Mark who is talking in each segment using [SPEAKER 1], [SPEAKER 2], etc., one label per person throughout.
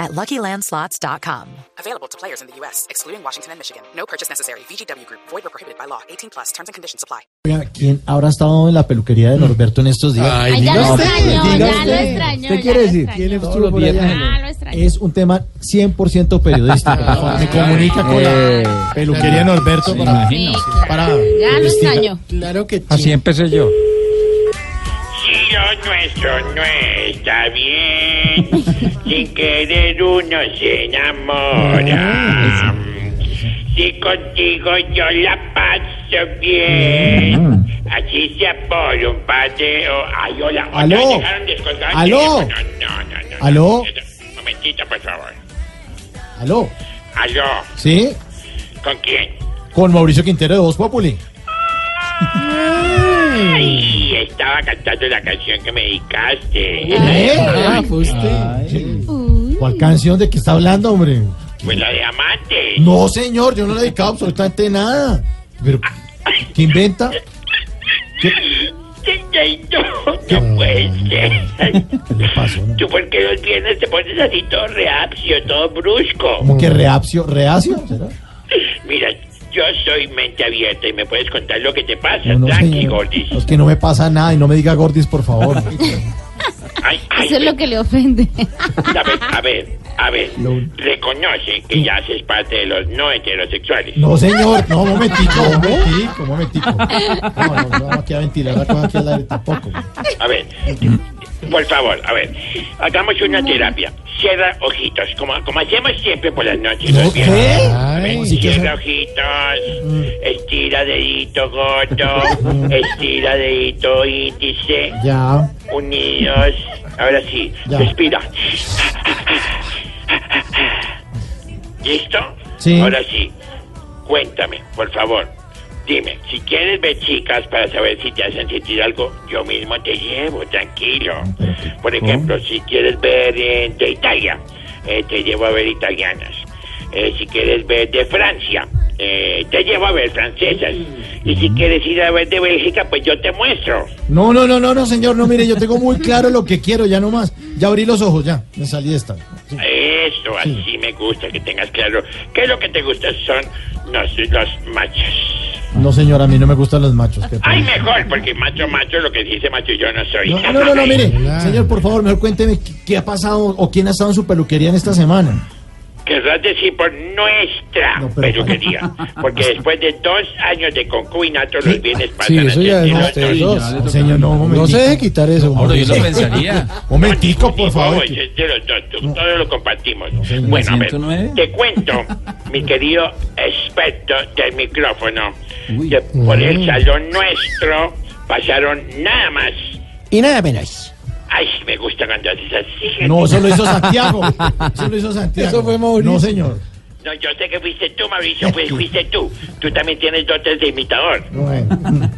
[SPEAKER 1] at luckylandslots.com.
[SPEAKER 2] Available to players in the U.S., excluding Washington and Michigan. No purchase necessary. VGW Group, void or prohibited by law. 18 plus terms and conditions apply.
[SPEAKER 3] Oiga, ¿quién habrá estado en la peluquería de Norberto en estos días?
[SPEAKER 4] Mm. Ay,
[SPEAKER 5] ya lo
[SPEAKER 4] diga usted,
[SPEAKER 5] extrañó,
[SPEAKER 4] diga
[SPEAKER 5] ya lo
[SPEAKER 4] usted.
[SPEAKER 5] extrañó.
[SPEAKER 4] ¿Qué
[SPEAKER 5] ya
[SPEAKER 4] quiere
[SPEAKER 5] lo
[SPEAKER 4] decir?
[SPEAKER 5] extrañó.
[SPEAKER 4] ¿Quién estuvo
[SPEAKER 3] Todos los
[SPEAKER 4] por
[SPEAKER 3] días
[SPEAKER 4] allá?
[SPEAKER 3] en
[SPEAKER 5] Ah, lo extrañó.
[SPEAKER 3] Es un tema 100% periodístico. Por favor, me comunica con
[SPEAKER 4] Eh,
[SPEAKER 3] la peluquería Norberto para,
[SPEAKER 5] Sí,
[SPEAKER 3] para
[SPEAKER 5] Ya lo
[SPEAKER 3] investigar.
[SPEAKER 5] extrañó.
[SPEAKER 4] Claro que
[SPEAKER 3] Así empecé yo.
[SPEAKER 6] Si lo nuestro no está bien, sin querer uno se
[SPEAKER 4] Mm.
[SPEAKER 6] enamora. Si contigo yo la paso bien,
[SPEAKER 4] Mm.
[SPEAKER 6] así sea por un paseo. Ay, hola, otra
[SPEAKER 4] Aló.
[SPEAKER 6] vez dejaron descolgado el
[SPEAKER 4] Aló.
[SPEAKER 6] teléfono. No, no, no, no.
[SPEAKER 4] Aló.
[SPEAKER 6] Momentito, por favor.
[SPEAKER 4] ¿Aló?
[SPEAKER 6] Aló,
[SPEAKER 4] ¿Sí?
[SPEAKER 6] ¿con quién?
[SPEAKER 4] Con Mauricio Quintero de Voz Populi.
[SPEAKER 6] Ay, estaba cantando la canción que me dedicaste.
[SPEAKER 4] ¿Eh?
[SPEAKER 5] Ah,
[SPEAKER 4] fue usted. ¿Cuál canción de qué está hablando, hombre?
[SPEAKER 6] Pues la de amante.
[SPEAKER 4] No, señor, yo no le he dedicado absolutamente nada. Pero, ¿qué inventa? ¿Qué
[SPEAKER 6] No, no puede ser.
[SPEAKER 4] le pasó? no?
[SPEAKER 6] ¿Tú por qué los viernes te pones así todo reacio, todo brusco?
[SPEAKER 4] ¿Cómo que reacio? ¿Reacio? ¿Será?
[SPEAKER 6] Mira, yo soy mente abierta y me puedes contar lo que te pasa,
[SPEAKER 4] No, no,
[SPEAKER 6] tranqui,
[SPEAKER 4] señor.
[SPEAKER 6] gordis.
[SPEAKER 4] Es que no me pasa nada y no me diga gordis, por favor.
[SPEAKER 6] Ay, ay,
[SPEAKER 5] Eso es lo que le ofende.
[SPEAKER 6] A ver, a ver, a ver.
[SPEAKER 4] Lo-
[SPEAKER 6] Reconoce que ya haces parte de los no heterosexuales.
[SPEAKER 4] No, señor, no, un momentico, un momentico, un momentico. No, no, no vamos aquí a ventilar la cosa aquí al aire tampoco.
[SPEAKER 6] A ver, por favor, a ver. Hagamos una terapia. Cierra ojitos, como, como hacemos siempre por las noches.
[SPEAKER 4] ¿No?
[SPEAKER 6] los viernes.
[SPEAKER 4] ¿Qué?
[SPEAKER 6] A ver,
[SPEAKER 4] Ay, sí que Mm.
[SPEAKER 6] Cierra
[SPEAKER 4] se-
[SPEAKER 6] ojitos, estira dedito gordo, estira dedito índice,
[SPEAKER 4] Ya.
[SPEAKER 6] unidos. Ahora sí,
[SPEAKER 4] Ya.
[SPEAKER 6] respira. ¿Listo?
[SPEAKER 4] Sí.
[SPEAKER 6] Ahora sí, cuéntame, por favor. Dime, si quieres ver chicas para saber si te hacen sentir algo, yo mismo te llevo, tranquilo.
[SPEAKER 4] Ah,
[SPEAKER 6] Por ejemplo, si quieres ver eh, de Italia, eh, te llevo a ver italianas. Eh, si quieres ver de Francia, eh, te llevo a ver francesas. Y
[SPEAKER 4] Mm.
[SPEAKER 6] si quieres ir a ver de Bélgica, pues yo te muestro.
[SPEAKER 4] No, no, no, no, no, señor, no, mire, yo tengo muy claro lo que quiero, ya nomás. Ya abrí los ojos, ya, me salí de esta. Sí.
[SPEAKER 6] Eso, así me gusta que tengas claro que lo que te gusta son los, los machos.
[SPEAKER 4] No, señor, a mí no me gustan los machos. qué
[SPEAKER 6] Ay,
[SPEAKER 4] pena.
[SPEAKER 6] mejor, porque macho, macho, lo que dice macho yo no soy.
[SPEAKER 4] No, no, no, no, mire, señor, por favor, mejor cuénteme qué, qué ha pasado o quién ha estado en su peluquería en esta semana.
[SPEAKER 6] Querrás decir por nuestra
[SPEAKER 4] No, pero-
[SPEAKER 6] peluquería, porque después de dos años de concubinato los bienes
[SPEAKER 7] Sí,
[SPEAKER 6] pasan
[SPEAKER 7] eso
[SPEAKER 6] a
[SPEAKER 7] ya
[SPEAKER 6] ser
[SPEAKER 7] es
[SPEAKER 6] de
[SPEAKER 7] de
[SPEAKER 6] los
[SPEAKER 7] ustedes
[SPEAKER 6] dos.
[SPEAKER 7] dos.
[SPEAKER 4] No, señor, no, un momentico.
[SPEAKER 7] No se deje quitar eso.
[SPEAKER 8] Ahora yo lo
[SPEAKER 4] Sí.
[SPEAKER 8] pensaría.
[SPEAKER 4] Momentico, por favor.
[SPEAKER 6] Eso es de los dos, tú- todos lo compartimos.
[SPEAKER 4] señor.
[SPEAKER 6] bueno, a ver,
[SPEAKER 8] 109.
[SPEAKER 6] te cuento, mi querido experto del micrófono, que por
[SPEAKER 4] Mm.
[SPEAKER 6] el salón nuestro pasaron nada más.
[SPEAKER 7] Y nada menos.
[SPEAKER 6] Ay, me gusta cuando haces así.
[SPEAKER 4] No, eso lo hizo Santiago. Eso lo hizo Santiago.
[SPEAKER 7] Eso fue Mauricio.
[SPEAKER 4] No, señor.
[SPEAKER 6] No, yo sé que fuiste tú, Mauricio, pues fuiste tú. Tú también tienes dotes de imitador.
[SPEAKER 4] Bueno.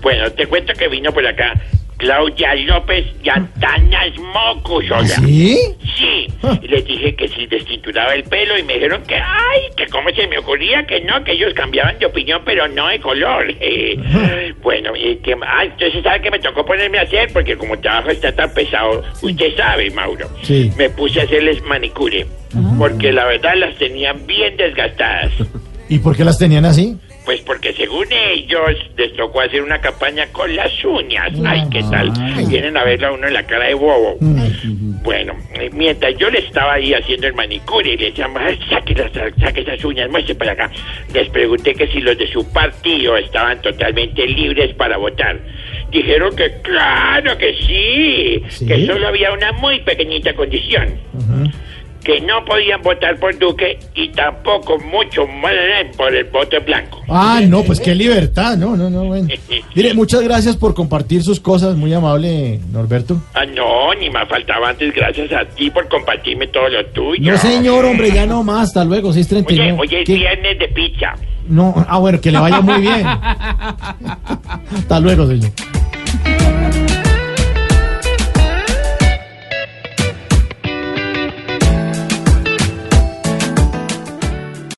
[SPEAKER 6] Bueno, te cuento que vino por acá Claudia López y Antanas Mocus, oiga.
[SPEAKER 4] ¿Ah, ¿Sí?
[SPEAKER 6] Sí, y les dije que si les tinturaba el pelo y me dijeron que, ay, que cómo se me ocurría que no, que ellos cambiaban de opinión, pero no de color. bueno, y que, ah, entonces sabe que me tocó ponerme a hacer, porque como el trabajo está tan pesado, usted sabe, Mauro,
[SPEAKER 4] Sí.
[SPEAKER 6] me puse a hacerles manicure, porque la verdad las tenía bien desgastadas.
[SPEAKER 4] ¿Y por qué las tenían así?
[SPEAKER 6] Pues porque según ellos les tocó hacer una campaña con las uñas. Ay, ¿qué tal? Vienen a verla uno en la cara de bobo. Bueno, eh, mientras yo le estaba ahí haciendo el manicure y le decían, "Ay, saque, las, saque esas uñas, muestre para acá. Les pregunté que si los de su partido estaban totalmente libres para votar. Dijeron que claro que sí,
[SPEAKER 4] ¿Sí?
[SPEAKER 6] que solo había una muy pequeñita condición. Que no podían votar por Duque y tampoco mucho más por el voto en blanco.
[SPEAKER 4] Ah, no, pues qué libertad. No, no, no, bueno. Mire, muchas gracias por compartir sus cosas. Muy amable, Norberto.
[SPEAKER 6] Ah, no, ni más faltaba antes, gracias a ti por compartirme todo lo tuyo.
[SPEAKER 4] No, señor, hombre, ya no más. Hasta luego,
[SPEAKER 6] Oye,
[SPEAKER 4] 639.
[SPEAKER 6] hoy es
[SPEAKER 4] ¿Qué?
[SPEAKER 6] viernes de pizza.
[SPEAKER 4] No, ah, bueno, que le vaya muy bien. Hasta luego, señor.